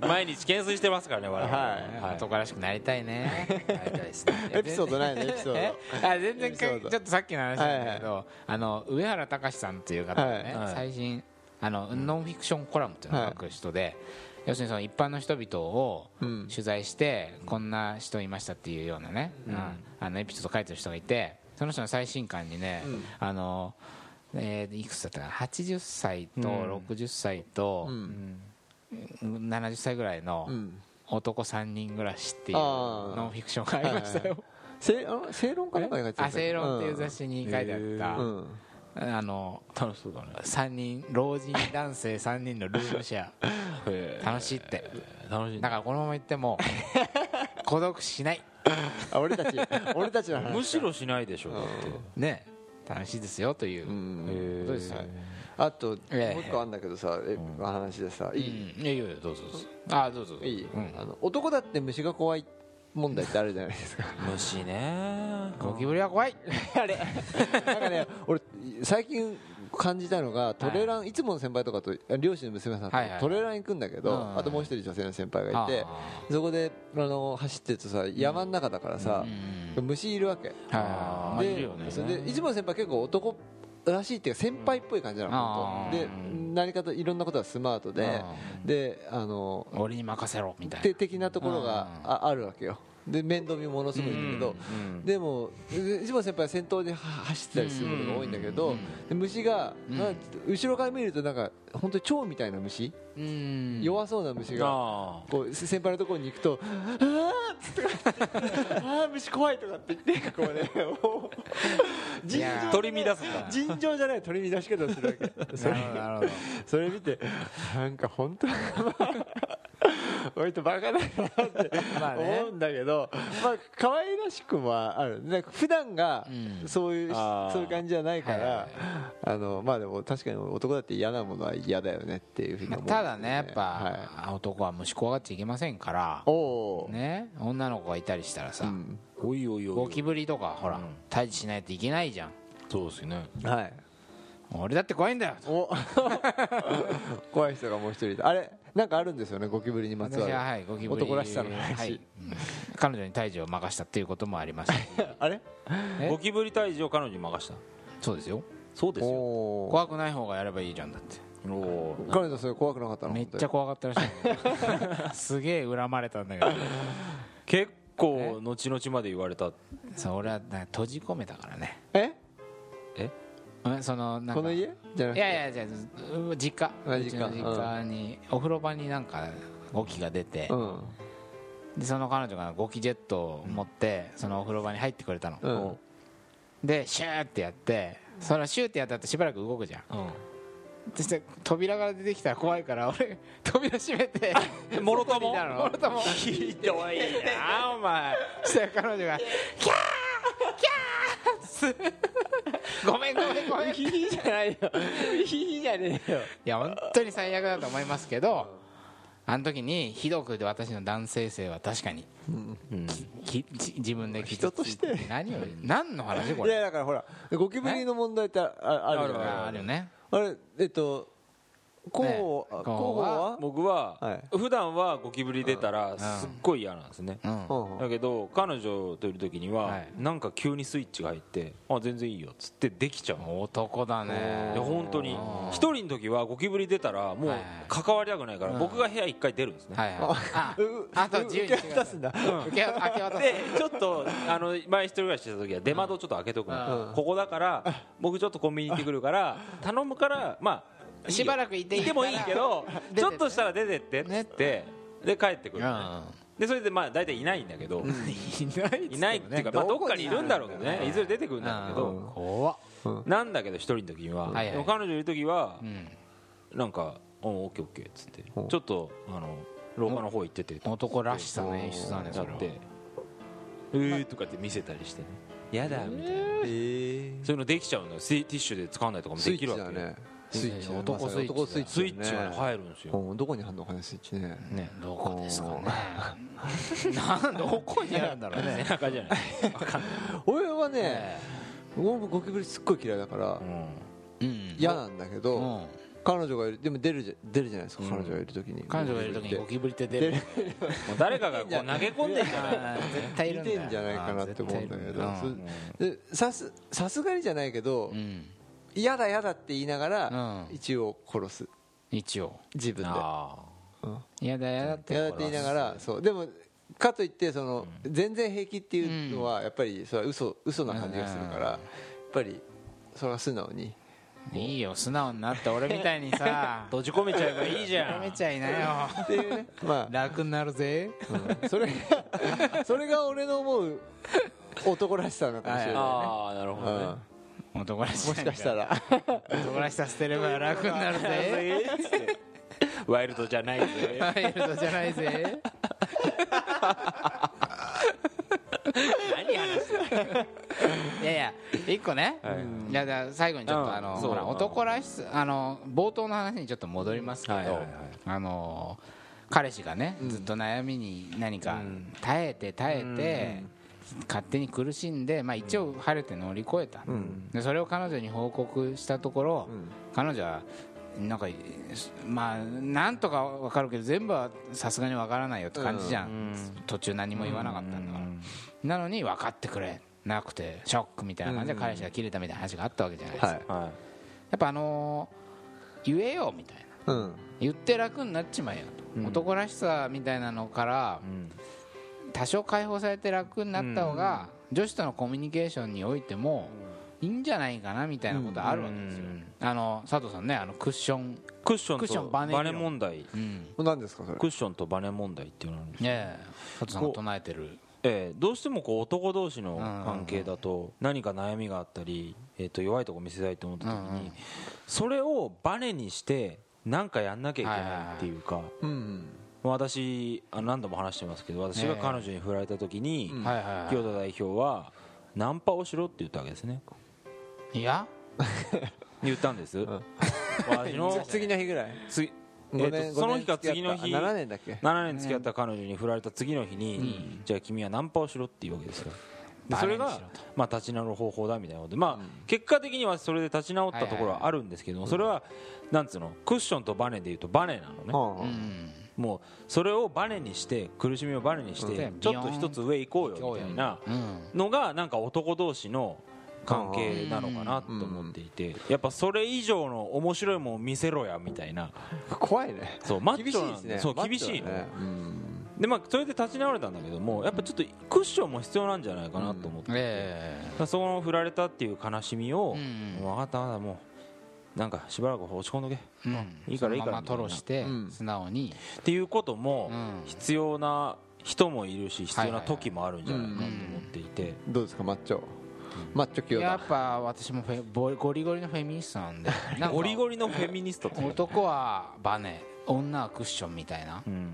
[SPEAKER 1] 毎日懸垂してますからね我々
[SPEAKER 3] はい
[SPEAKER 1] はい
[SPEAKER 2] 男らしくなりたい ねなりたいですね
[SPEAKER 3] エピソードないねエピソー
[SPEAKER 2] えあ全然か
[SPEAKER 3] エピソー
[SPEAKER 2] ちょ
[SPEAKER 3] ド
[SPEAKER 2] っとさっきの話なんだけど、あの上原隆さんという方がね、
[SPEAKER 1] はいはい
[SPEAKER 2] 最新あの、ノンフィクションコラムっていうのを書く人で、要するにその一般の人々を
[SPEAKER 3] うん
[SPEAKER 2] 取材して、こんな人いましたっていうようなね、うんあのエピソード書いてる人がいてその人の最新刊にね、あのえーいくつだったかな80歳と60歳と
[SPEAKER 3] うん
[SPEAKER 2] うん70歳ぐらいの
[SPEAKER 3] うん
[SPEAKER 2] 男3人暮らしっていう
[SPEAKER 3] あー
[SPEAKER 2] ノンフィクションがありましたよ、
[SPEAKER 3] せいあの正論かなんかに書いてた
[SPEAKER 2] あ正論っていう雑誌に書いてあった、
[SPEAKER 3] うんうん
[SPEAKER 2] あの
[SPEAKER 1] 楽しそうだね
[SPEAKER 2] 3人老人男性3人のルームシェア楽しいって
[SPEAKER 1] 楽しい
[SPEAKER 2] だからこのまま行って も孤独しない
[SPEAKER 3] あ俺たち 俺たちの話
[SPEAKER 1] むしろしないでしょだって
[SPEAKER 2] ね楽しいですよといううこ
[SPEAKER 3] ん
[SPEAKER 2] とですよ、
[SPEAKER 1] え
[SPEAKER 3] あともう
[SPEAKER 2] ええ
[SPEAKER 3] 一個あんだけどさえ話でさいい
[SPEAKER 2] うん、いやいやいやどうぞどうぞあどうぞ
[SPEAKER 3] いい
[SPEAKER 2] うん
[SPEAKER 3] あの男だって虫が怖い問題ってあるじゃないで すか
[SPEAKER 1] 虫ね
[SPEAKER 2] ゴキブリは怖いあれ
[SPEAKER 3] なんかね俺最近感じたのがトレラン、い、つもの先輩とかと漁師の娘さんと
[SPEAKER 2] はいはい
[SPEAKER 3] トレラン行くんだけど、
[SPEAKER 2] うん
[SPEAKER 3] あともう一人女性の先輩がいて、そこであの走ってるとさ山の中だからさ、虫いるわけ、
[SPEAKER 2] あー
[SPEAKER 3] で
[SPEAKER 2] いるよね
[SPEAKER 3] それでいつもの先輩結構男らしいっていうか先輩っぽい感じなの
[SPEAKER 2] あー
[SPEAKER 3] 本当で何かといろんなことがスマートでであの
[SPEAKER 2] 俺に任せろみたい
[SPEAKER 3] 徹底的なところがああるわけよで面倒見ものすごいんだけど、でもで一番先輩は先頭では走ってたりすることが多いんだけど、で虫が、なんか後ろから見るとなんか本当に蝶みたいな虫、
[SPEAKER 2] なうん
[SPEAKER 3] 弱そうな虫が
[SPEAKER 1] あ
[SPEAKER 3] こう先輩のところに行くと「ああ!」っつって「ああ虫怖い」とかって言ってこうねもう尋
[SPEAKER 2] いや
[SPEAKER 1] あ
[SPEAKER 3] 常
[SPEAKER 1] 取り乱すんだ
[SPEAKER 3] 尋常じゃ ない取り乱し方をするわけそ
[SPEAKER 2] な
[SPEAKER 3] れ
[SPEAKER 2] るほどなるほど
[SPEAKER 3] それ見てなんか本当に 割とバカだなって
[SPEAKER 2] まあね
[SPEAKER 3] 思うんだけど、まあ可愛らしくもあるなんか普段が
[SPEAKER 2] うん
[SPEAKER 3] そういう、
[SPEAKER 1] あー
[SPEAKER 3] そういう感じじゃないから、
[SPEAKER 2] はいはい
[SPEAKER 3] あのまあでも確かに男だって嫌なものは嫌だよねっていうふうに
[SPEAKER 2] まあ
[SPEAKER 3] 思うんですよ
[SPEAKER 2] ただねやっぱ
[SPEAKER 3] は、
[SPEAKER 2] 男は虫怖がっちゃいけませんから
[SPEAKER 3] い、おお、
[SPEAKER 2] ね女の子がいたりしたらさ、
[SPEAKER 3] うん
[SPEAKER 1] おいおいおい
[SPEAKER 2] ゴキブリとかほら、
[SPEAKER 1] うん
[SPEAKER 2] 退治しないといけないじゃん
[SPEAKER 1] そうですね
[SPEAKER 3] はい
[SPEAKER 2] 俺だって怖いんだよ
[SPEAKER 3] お 怖い人がもう一人いたあれなんかあるんですよねゴキブリにまつ
[SPEAKER 2] 私
[SPEAKER 3] わる
[SPEAKER 2] は、はい、ゴキブリ
[SPEAKER 3] 男らしさの話
[SPEAKER 2] はいうん彼女に退治を任したっていうこともありました
[SPEAKER 3] あれ
[SPEAKER 2] え
[SPEAKER 1] ゴキブリ退治を彼女に任した
[SPEAKER 2] そうですよ
[SPEAKER 1] そうですよ
[SPEAKER 3] おお
[SPEAKER 2] 怖くない方がやればいいじゃんだって
[SPEAKER 1] おおー
[SPEAKER 3] 彼女それ怖くなかったの
[SPEAKER 2] めっちゃ怖がったらしい すげえ恨まれたんだけど
[SPEAKER 1] 結構後々まで言われた
[SPEAKER 2] そう俺はな閉じ込めたからね
[SPEAKER 3] え
[SPEAKER 1] え
[SPEAKER 2] うんそのなんか
[SPEAKER 3] この家じゃな
[SPEAKER 2] い
[SPEAKER 3] くて
[SPEAKER 2] やいやじゃあ実
[SPEAKER 3] あ
[SPEAKER 2] 家う
[SPEAKER 3] 実
[SPEAKER 2] ち
[SPEAKER 3] 家
[SPEAKER 2] の実家にお風呂場になんかゴキが出て
[SPEAKER 3] うん
[SPEAKER 2] でその彼女がゴキジェットを持ってそのお風呂場に入ってくれたの
[SPEAKER 3] うん
[SPEAKER 2] でシューってやってそのシューってやった後しばらく動くじゃんそして扉から出てきたら怖いから俺扉閉めて
[SPEAKER 1] えもろ と
[SPEAKER 2] 外に
[SPEAKER 1] も
[SPEAKER 2] いたのもろとも
[SPEAKER 1] ひどい
[SPEAKER 2] あお前そしたら彼女が「キャーキャー!」ごめんごめんごめんい
[SPEAKER 3] いいじゃないよいいじゃねえよ
[SPEAKER 2] や本当に最悪だと思いますけどあの時にひどくで私の男性性は確かにきじ自分で傷
[SPEAKER 3] 人として
[SPEAKER 2] つい何を何の話こ
[SPEAKER 3] いや
[SPEAKER 2] れ
[SPEAKER 3] だからほらゴキブリの問題ってあああるじゃ
[SPEAKER 2] あ
[SPEAKER 3] な
[SPEAKER 2] あ
[SPEAKER 3] い
[SPEAKER 2] るよね
[SPEAKER 3] あれえっと候
[SPEAKER 2] ね
[SPEAKER 3] 補
[SPEAKER 2] 候補は
[SPEAKER 3] 候
[SPEAKER 1] 僕は
[SPEAKER 3] はい
[SPEAKER 1] 普段はゴキブリ出たらすっごい嫌なんですね
[SPEAKER 2] うん
[SPEAKER 3] 補は
[SPEAKER 1] だけど彼女といる時に
[SPEAKER 2] は
[SPEAKER 1] はいなんか急にスイッチが入ってあ全然いいよっつってできちゃう
[SPEAKER 2] 男だね
[SPEAKER 1] いや本当に
[SPEAKER 2] うん
[SPEAKER 1] 一人の時はゴキブリ出たらもう
[SPEAKER 2] はい
[SPEAKER 1] 関わりたくないから僕が部屋一回出るんですね
[SPEAKER 2] はいはいあ
[SPEAKER 3] う
[SPEAKER 2] あと自由に
[SPEAKER 3] 受け渡すんだ
[SPEAKER 2] 受け渡す明け渡す
[SPEAKER 1] でちょっとあの前一人暮らししてた時は出窓をちょっと開けとくの
[SPEAKER 3] うん
[SPEAKER 1] ここだから僕ちょっとコンビニ行ってくるから頼むからまあ
[SPEAKER 2] しばら
[SPEAKER 1] く
[SPEAKER 2] くいて
[SPEAKER 1] いてもいいけど
[SPEAKER 2] 出てって
[SPEAKER 1] ちょっとしたら出てってっつってで帰ってく
[SPEAKER 2] うん
[SPEAKER 1] るのねでそれでまあ大体いないんだけど
[SPEAKER 2] い
[SPEAKER 1] いないっていうかまあど
[SPEAKER 3] ど
[SPEAKER 1] っ
[SPEAKER 3] こ
[SPEAKER 1] か
[SPEAKER 3] に
[SPEAKER 1] に
[SPEAKER 3] い
[SPEAKER 1] い
[SPEAKER 3] る
[SPEAKER 1] る
[SPEAKER 3] ん
[SPEAKER 1] ん
[SPEAKER 3] だ
[SPEAKER 1] だ
[SPEAKER 3] ろ
[SPEAKER 1] ろ
[SPEAKER 3] う
[SPEAKER 1] う
[SPEAKER 3] ね
[SPEAKER 1] けどねいずれ出てくるんだろうけ
[SPEAKER 2] うん怖っ
[SPEAKER 1] どなんだけど一人の時には
[SPEAKER 2] はいはい
[SPEAKER 1] でも彼女いる時は
[SPEAKER 2] うん
[SPEAKER 1] なんか「うんオッケーオッケー」っつって
[SPEAKER 3] うん
[SPEAKER 1] ちょっとあの廊下の方行っててと
[SPEAKER 2] 男らしさの演出だね
[SPEAKER 1] や
[SPEAKER 2] そ
[SPEAKER 1] っ
[SPEAKER 2] れは
[SPEAKER 1] て「うー」とかって見せたりしてね「やだ」みたいな
[SPEAKER 3] えー
[SPEAKER 1] そういうのできちゃうのよスイティッシュで使わないとかも
[SPEAKER 3] スイ
[SPEAKER 1] で
[SPEAKER 3] ッ
[SPEAKER 1] きる
[SPEAKER 3] チだ
[SPEAKER 1] わけよ
[SPEAKER 3] ねスイッチだね
[SPEAKER 2] 男
[SPEAKER 3] まさに男スイッチ
[SPEAKER 1] スイッチ
[SPEAKER 3] だ
[SPEAKER 1] が
[SPEAKER 3] ね
[SPEAKER 1] ね入るんですよ
[SPEAKER 3] うんどこにあんのかねスイッチね
[SPEAKER 2] ねどこですかね なんどこにあるんだろう
[SPEAKER 1] 背
[SPEAKER 2] ね
[SPEAKER 1] 中じゃない
[SPEAKER 3] 俺はね俺もゴキブリすっごい嫌いだから
[SPEAKER 2] うん
[SPEAKER 3] 嫌なんだけ
[SPEAKER 2] う
[SPEAKER 3] ど
[SPEAKER 2] ん
[SPEAKER 3] 彼女がいるでも出るじゃ出るじゃないですか
[SPEAKER 1] うん
[SPEAKER 3] 彼女がいる時に
[SPEAKER 2] 彼女がいる時にゴキブリって出
[SPEAKER 3] 出
[SPEAKER 2] る
[SPEAKER 3] る
[SPEAKER 1] もう誰かがこう投げ込んでんじゃない
[SPEAKER 2] あー 絶対いるんだよ
[SPEAKER 3] 見てんじゃないかなって思うんだけど
[SPEAKER 2] あー絶対いるんだ
[SPEAKER 3] でさすさすがにじゃないけど
[SPEAKER 2] うん
[SPEAKER 3] 嫌だ嫌だって言いながら
[SPEAKER 2] うん
[SPEAKER 3] 一応殺す
[SPEAKER 2] 一応
[SPEAKER 3] 自分で
[SPEAKER 1] あ
[SPEAKER 2] やだやだって
[SPEAKER 3] 嫌だって言いながらそうでもかといってその全然平気っていうのはやっぱりそれは嘘嘘な感じがするからやっぱりそれは素直に
[SPEAKER 2] いいよ素直になって俺みたいにさ
[SPEAKER 1] 閉じ込めちゃえばいいじゃ
[SPEAKER 2] やめ
[SPEAKER 1] ん
[SPEAKER 2] ちゃいなよ
[SPEAKER 3] っていうねま
[SPEAKER 2] 楽になるぜ
[SPEAKER 3] あそれがそれが俺の思う男らしさなのかもしれな
[SPEAKER 1] ああなる
[SPEAKER 3] い
[SPEAKER 1] ほ
[SPEAKER 3] ね
[SPEAKER 1] どね
[SPEAKER 2] 男ら
[SPEAKER 3] う
[SPEAKER 2] し
[SPEAKER 3] んもしかしたら
[SPEAKER 2] 男らしさ捨てれば楽になる ぜ
[SPEAKER 1] ワイルドじゃないぜ
[SPEAKER 2] ワイルドじゃないぜ
[SPEAKER 1] 何話して
[SPEAKER 2] いやいや一個ね、
[SPEAKER 1] はい
[SPEAKER 2] いやだから最後にちょっ
[SPEAKER 1] うん
[SPEAKER 2] とあの
[SPEAKER 1] そう
[SPEAKER 2] ほら男らしさあの冒頭の話にちょっと戻りますけ
[SPEAKER 1] はいはい
[SPEAKER 2] ど
[SPEAKER 1] はい
[SPEAKER 2] あの彼氏がねずっと悩みに何か耐えて耐えて勝手に苦しんでまあ一応晴れて乗り越えたでそれを彼女に報告したところ彼女はなんかまあなんとかわかるけど全部はさすがにわからないよって感じじゃん、途中何も言わなかったんだから、なのに分かってくれなくてショックみたいな感じで彼氏が切れたみたいな話があったわけじゃないですか、
[SPEAKER 3] は
[SPEAKER 1] は
[SPEAKER 3] い
[SPEAKER 2] やっぱあのー言えよみたいな
[SPEAKER 3] うん
[SPEAKER 2] 言って楽になっちまえよと、男らしさみたいなのから、多少解放されて楽になった方が、女子とのコミュニケーションにおいても、いいんじゃないかなみたいなことあるわけですよ、あの佐藤さんねあのクッション、
[SPEAKER 1] いクッショ
[SPEAKER 2] クッショ
[SPEAKER 1] ン
[SPEAKER 2] ン
[SPEAKER 1] と
[SPEAKER 2] バ
[SPEAKER 1] バ
[SPEAKER 2] ネ
[SPEAKER 1] ネ
[SPEAKER 2] 理論
[SPEAKER 1] 問題
[SPEAKER 2] うん
[SPEAKER 3] 何ですかそれ
[SPEAKER 1] クッションとバネ問題っていうのはあるんです
[SPEAKER 2] ねえ佐藤さんが唱えてる
[SPEAKER 1] ええどうしてもこう男同士の関係だと何か悩みがあったり、えっと弱いとこ見せたいと思った時
[SPEAKER 2] うんうん
[SPEAKER 1] にそれをバネにして何かやんなきゃいけないっていうか
[SPEAKER 3] うん
[SPEAKER 1] 私あ何度も話してますけど私が彼女に振られた時に
[SPEAKER 2] はいはい
[SPEAKER 1] 清田代表はナンパをしろって言ったわけですね
[SPEAKER 2] いや
[SPEAKER 1] 言ったんです
[SPEAKER 3] ん
[SPEAKER 1] 私の
[SPEAKER 3] 次の日ぐらい
[SPEAKER 1] 次
[SPEAKER 3] 五
[SPEAKER 1] えっ
[SPEAKER 3] 年
[SPEAKER 1] とその日か次の日
[SPEAKER 3] あ7年だっけ
[SPEAKER 1] 7年付き合った彼女に振られた次の日にじゃあ君はナンパをしろっていうわけですよで
[SPEAKER 2] バ
[SPEAKER 1] それ
[SPEAKER 2] レにしろと
[SPEAKER 1] がまあ立ち直る方法だみたいなことでまあ結果的にはそれで立ち直ったところはあるんですけどもそれはなんつうのクッションとバネでいうとバネなのね
[SPEAKER 3] うん
[SPEAKER 2] うん
[SPEAKER 1] もうそれをバネにして苦しみをバネにして
[SPEAKER 2] うん
[SPEAKER 1] ちょっと一つ上行こうよみたいな
[SPEAKER 2] うん
[SPEAKER 1] のがなんか男同士の関係なのかなと思っていてやっぱそれ以上の面白いもんを見せろやみたいな
[SPEAKER 3] 怖いね
[SPEAKER 1] そうマッ
[SPEAKER 3] 厳
[SPEAKER 1] チ
[SPEAKER 3] し
[SPEAKER 1] ョ
[SPEAKER 3] い
[SPEAKER 1] な
[SPEAKER 3] です
[SPEAKER 1] んで
[SPEAKER 3] ね
[SPEAKER 1] そう厳しい
[SPEAKER 3] マ
[SPEAKER 1] の
[SPEAKER 3] ッチョだねうん
[SPEAKER 1] でまあそれで立ち直れたんだけどもやっぱちょっとクッションも必要なんじゃないかなと思って、
[SPEAKER 2] え
[SPEAKER 1] だからその振られたっていう悲しみを、
[SPEAKER 2] うん
[SPEAKER 1] 分かった分かったもうなんかしばらく落ち込んどけっ
[SPEAKER 2] え
[SPEAKER 1] いいからいい
[SPEAKER 2] そ
[SPEAKER 1] から
[SPEAKER 2] のままトロして
[SPEAKER 3] うん
[SPEAKER 2] 素直に
[SPEAKER 1] ていうことも
[SPEAKER 2] うん
[SPEAKER 1] 必要な人もいるし必要な時もあるんじゃないかと思っていて、
[SPEAKER 3] どうですかマッチョマッチョ清
[SPEAKER 2] や
[SPEAKER 3] 田
[SPEAKER 2] っぱ私もフェボリゴリゴリのフェミニストなんでなんか
[SPEAKER 1] ゴリゴリのフェミニストっていう、
[SPEAKER 2] 男はバネ女はクッションみたいな
[SPEAKER 1] うん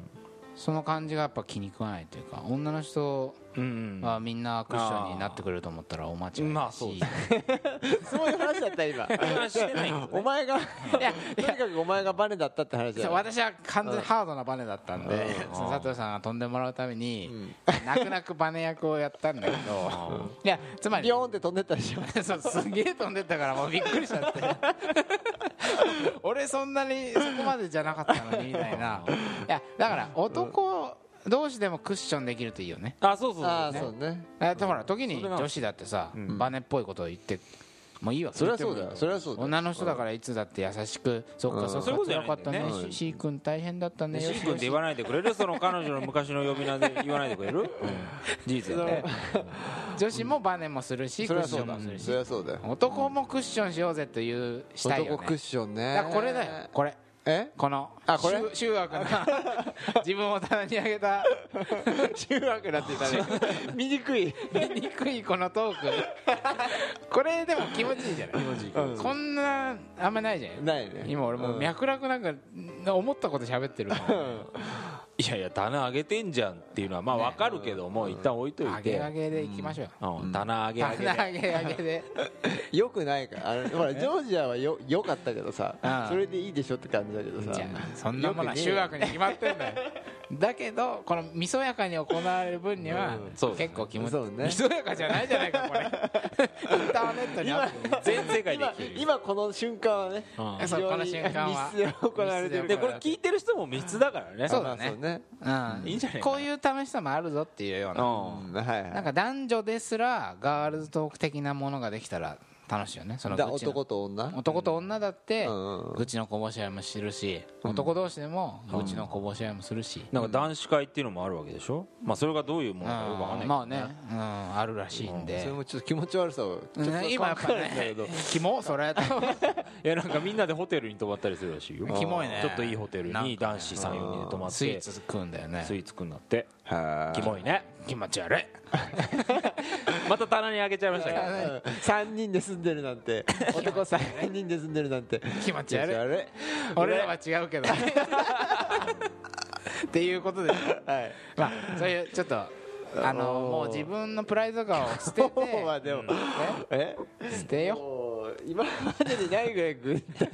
[SPEAKER 2] その感じがやっぱ気に食わないというか女の人
[SPEAKER 1] うん
[SPEAKER 2] はみんなクッションになってくれると思ったらお間違いだし、
[SPEAKER 1] まあそうだ
[SPEAKER 3] そういう話だった今
[SPEAKER 1] 話してないけど
[SPEAKER 3] お前がとにかくお前がバネだったって話だ
[SPEAKER 2] そう
[SPEAKER 3] よ
[SPEAKER 2] 私は完全にハードなバネだったんで、その佐藤さんが飛んでもらうために、泣く泣くバネ役をやったんだけど、いやつまり
[SPEAKER 3] ビヨーンって飛んでったでしょ
[SPEAKER 2] そうすげえ飛んでったからもうびっくりしちゃって 俺そんなにそこまでじゃなかったのにみたいないやだから男同士でもクッションできるといいよね
[SPEAKER 1] あそうそうそう
[SPEAKER 3] ああそうね
[SPEAKER 2] だってほら時に
[SPEAKER 1] それなんです
[SPEAKER 2] 女子だってさバネっぽいことを言ってもういいわ
[SPEAKER 3] それはそうだよそれはそうだよ
[SPEAKER 2] 女の人だからいつだって優しくそっかそっ
[SPEAKER 1] そういう
[SPEAKER 2] か
[SPEAKER 1] ことじゃ
[SPEAKER 2] 辛
[SPEAKER 1] な
[SPEAKER 2] か
[SPEAKER 1] い
[SPEAKER 2] っ
[SPEAKER 1] ん
[SPEAKER 2] た
[SPEAKER 1] だよ
[SPEAKER 2] ね
[SPEAKER 1] ね
[SPEAKER 2] し C 君大変だったね
[SPEAKER 1] シー君って言わないでくれるその彼女の昔の呼び名で言わないでくれる、うん事実だね
[SPEAKER 2] 女子もバネもするしク
[SPEAKER 3] それ
[SPEAKER 2] ッ
[SPEAKER 3] は
[SPEAKER 2] シ
[SPEAKER 3] そ
[SPEAKER 2] ョ
[SPEAKER 3] う
[SPEAKER 2] ン
[SPEAKER 3] だ
[SPEAKER 2] もするし
[SPEAKER 3] それはそうだよ
[SPEAKER 2] 男もクッションしようぜというしたいよ
[SPEAKER 3] 男
[SPEAKER 2] ね
[SPEAKER 3] クッションね
[SPEAKER 2] だからこれだよこれ
[SPEAKER 3] え
[SPEAKER 2] この
[SPEAKER 3] あこれ
[SPEAKER 2] シュシューアー君 が自分を棚に上げた
[SPEAKER 3] 中学なってたね醜い
[SPEAKER 2] 醜いこのトークこれでも気持ちいいじゃない
[SPEAKER 3] うん
[SPEAKER 2] こんなあんまないじゃん
[SPEAKER 3] ないね
[SPEAKER 2] 今俺もう脈絡なんか思ったこと喋ってるから
[SPEAKER 1] いやいや棚上げてんじゃんっていうのはまあ分かるけども、一旦置いとい
[SPEAKER 2] 上
[SPEAKER 1] て
[SPEAKER 2] げ上げでいきましょう
[SPEAKER 1] うん、棚上げ上げで
[SPEAKER 2] 棚上げ上げで
[SPEAKER 3] よくないからあのほらジョージアはよ良かったけど
[SPEAKER 2] あ
[SPEAKER 3] さ
[SPEAKER 2] あ
[SPEAKER 3] それでいいでしょって感じだけどさ
[SPEAKER 2] じゃあそんなものは修学に決まってんだよだけどこのみそやかに行われる分には
[SPEAKER 1] そうですね
[SPEAKER 2] 結構気持ち
[SPEAKER 3] そうね
[SPEAKER 2] みそやかじゃないじゃないかこれインターネットにあって
[SPEAKER 1] 全世界で
[SPEAKER 3] 今
[SPEAKER 1] 聞ける
[SPEAKER 3] 今この瞬間はね
[SPEAKER 1] うん
[SPEAKER 3] 非
[SPEAKER 2] そうこ
[SPEAKER 3] 常
[SPEAKER 2] の
[SPEAKER 3] に
[SPEAKER 2] 瞬間は
[SPEAKER 3] 密室で行われてる
[SPEAKER 1] で
[SPEAKER 2] 密室
[SPEAKER 1] これ聞いてる人も密だからね
[SPEAKER 2] そう
[SPEAKER 3] まあ
[SPEAKER 2] だね
[SPEAKER 3] ね
[SPEAKER 2] うん
[SPEAKER 1] いいんじゃないかな
[SPEAKER 2] こういう楽しさもあるぞっていうよう
[SPEAKER 1] う
[SPEAKER 2] な、
[SPEAKER 1] ん
[SPEAKER 3] うんはいはい
[SPEAKER 2] なんか男女ですらガールズトーク的なものができたら楽しいよねその
[SPEAKER 3] だ
[SPEAKER 2] 愚痴の
[SPEAKER 3] 男と女
[SPEAKER 2] 男と女だって
[SPEAKER 3] うんうん
[SPEAKER 2] 愚痴のこぼし合いもするし、男同士でも愚痴のこぼし合いもするし、
[SPEAKER 1] なんか男子会っていうのもあるわけでしょ、まあ、それがどういうものかよくわかんない
[SPEAKER 2] まあね、うん、あるらしいん
[SPEAKER 3] そ
[SPEAKER 2] で
[SPEAKER 3] れ、もちょっと気持ち悪さをちょっと
[SPEAKER 2] うん今やっぱ
[SPEAKER 3] わかんないんだけ
[SPEAKER 2] ね
[SPEAKER 3] ど
[SPEAKER 2] キモそ れ
[SPEAKER 1] いやなんかみんなでホテルに泊まったりするらしいよ
[SPEAKER 2] キモいね
[SPEAKER 1] ちょっといいホテルに男子34人で泊まって
[SPEAKER 2] スイーツ食うんだよね
[SPEAKER 1] スイーツくんなって
[SPEAKER 3] は
[SPEAKER 1] キモいね
[SPEAKER 2] 気持ち悪 い
[SPEAKER 1] また棚にあげちゃいましたけど
[SPEAKER 3] あ3人 で住んでるなん て男3人で住んでるなんて
[SPEAKER 2] 気持ち悪い
[SPEAKER 3] 悪
[SPEAKER 2] 俺らは違う けどっていうことで、
[SPEAKER 3] いはい
[SPEAKER 2] まあそういうちょっとあの
[SPEAKER 3] お
[SPEAKER 2] もう
[SPEAKER 3] ー
[SPEAKER 2] 自分のプライドとかを捨 てて
[SPEAKER 3] まあでも、え
[SPEAKER 2] 捨てよ
[SPEAKER 3] もう今までにないぐらい ぐった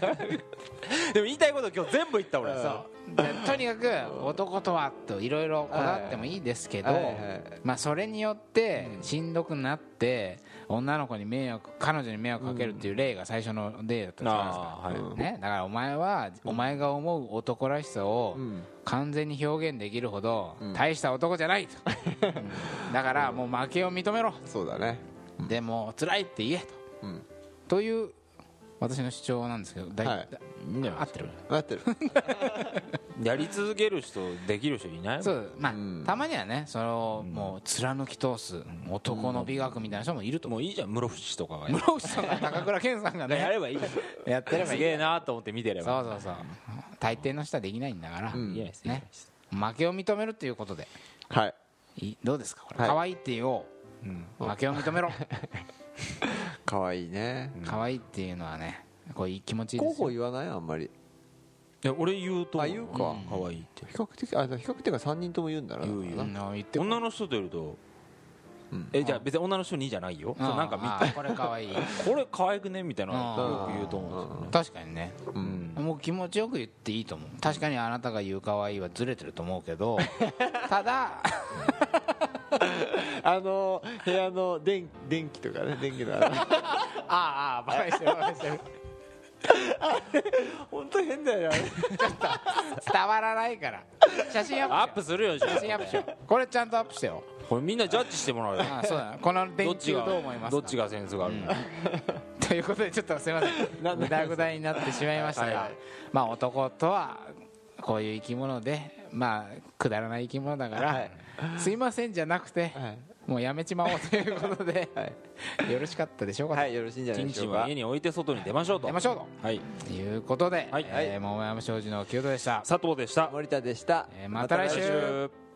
[SPEAKER 1] でも言いたいこと今日全部言った俺さ
[SPEAKER 2] そうでとにかく男とはといろいろこだわってもいいですけど、
[SPEAKER 3] はいはいはい
[SPEAKER 2] まあ、それによってしんどくなって女の子に迷惑彼女に迷惑かけるっていう例が最初の例だったじゃないですか、
[SPEAKER 1] あーは
[SPEAKER 2] ね、だからお前はお前が思う男らしさを
[SPEAKER 3] ん
[SPEAKER 2] 完全に表現できるほど
[SPEAKER 3] ん
[SPEAKER 2] 大した男じゃ ないと、うんだからもう負けを認めろ
[SPEAKER 3] そうだね
[SPEAKER 2] でも辛いって言えと、
[SPEAKER 3] うん
[SPEAKER 2] という私の主張なんですけどだい、
[SPEAKER 3] はい
[SPEAKER 1] いいんじゃ
[SPEAKER 2] 合
[SPEAKER 1] ない
[SPEAKER 2] ってる
[SPEAKER 3] 待ってる
[SPEAKER 1] やり続ける人できる人いない
[SPEAKER 2] そうまあ、
[SPEAKER 3] ん
[SPEAKER 2] たまにはねそれをもう貫き通す男の美学みたいな人もいると思
[SPEAKER 1] も
[SPEAKER 2] う
[SPEAKER 1] ういいじゃん室伏とかがや
[SPEAKER 2] 室伏さんが高倉健さんがね
[SPEAKER 1] ればいいじゃん
[SPEAKER 2] やってればい
[SPEAKER 1] す
[SPEAKER 2] い
[SPEAKER 1] げえなと思って見てれ
[SPEAKER 2] そ
[SPEAKER 1] ば
[SPEAKER 2] うそうそう大抵の人はできないんだから、
[SPEAKER 3] ん
[SPEAKER 1] いいです
[SPEAKER 2] ね負けを認めるということで
[SPEAKER 3] はい
[SPEAKER 2] いどうですかこれ、
[SPEAKER 3] はい
[SPEAKER 2] 可愛いって言おう、負けを認めろ
[SPEAKER 3] 可愛いね
[SPEAKER 2] 可愛いっていうのはねこういい気持ちいいで
[SPEAKER 3] 候
[SPEAKER 2] すよ
[SPEAKER 3] 補言わないあんまり
[SPEAKER 1] いや俺言うと思
[SPEAKER 3] あ言うか
[SPEAKER 1] ん可愛いって
[SPEAKER 3] 比較的あでも比較的は3人とも言うんだな
[SPEAKER 1] 言う言
[SPEAKER 2] うん言って
[SPEAKER 1] 女の人といると
[SPEAKER 3] うん
[SPEAKER 1] えじゃあ別に女の人にじゃないよ
[SPEAKER 2] うん
[SPEAKER 1] そうなんか見
[SPEAKER 2] あーこれ可愛い
[SPEAKER 1] てこれ可愛くねみたいな
[SPEAKER 2] あー
[SPEAKER 1] よく言うと思うんで
[SPEAKER 2] 確かにね
[SPEAKER 1] すよね
[SPEAKER 2] もう気持ちよく言っていいと思う確かにあなたが言う可愛いはずれてると思うけどただ
[SPEAKER 3] あの部屋の電電気とかね電気 のあれ
[SPEAKER 2] ああバカにしてるバカにしてる
[SPEAKER 3] 本当変だよね
[SPEAKER 2] 伝わらないから写真
[SPEAKER 1] ア
[SPEAKER 2] ア
[SPEAKER 1] ッ
[SPEAKER 2] ッ
[SPEAKER 1] プ
[SPEAKER 2] プしよ
[SPEAKER 1] するよじゃ
[SPEAKER 2] う写真アップしようこれちゃんとアップしてよ
[SPEAKER 1] あこれみんなジャッジしてもらうよ
[SPEAKER 2] ああそうだなこの
[SPEAKER 1] ど
[SPEAKER 2] 電
[SPEAKER 1] っち
[SPEAKER 2] 球
[SPEAKER 1] が
[SPEAKER 2] どう思いますか
[SPEAKER 1] どっちがセンスがあるの
[SPEAKER 2] ということでちょっとすいませんぐだぐだになってしまいましたが
[SPEAKER 1] はいはい
[SPEAKER 2] まあ男とはこういう生き物でまあくだらない生き物だから、
[SPEAKER 3] はい
[SPEAKER 2] すいませんじゃなくて、
[SPEAKER 3] はい
[SPEAKER 2] もうやめちまおうということで、よろしかったでしょうかと、
[SPEAKER 3] はいよろしいんじゃな
[SPEAKER 1] チ
[SPEAKER 3] い
[SPEAKER 1] ン
[SPEAKER 3] でし
[SPEAKER 1] チ
[SPEAKER 3] ょ
[SPEAKER 1] ン
[SPEAKER 3] うか
[SPEAKER 1] は家に置いて外に出ましょうと
[SPEAKER 2] 出ましょう
[SPEAKER 1] はい
[SPEAKER 2] ということで、
[SPEAKER 1] はい
[SPEAKER 2] えー桃山商事の清戸でした、
[SPEAKER 1] 佐藤でした
[SPEAKER 3] 森田でした
[SPEAKER 2] えーまた来週
[SPEAKER 1] 来週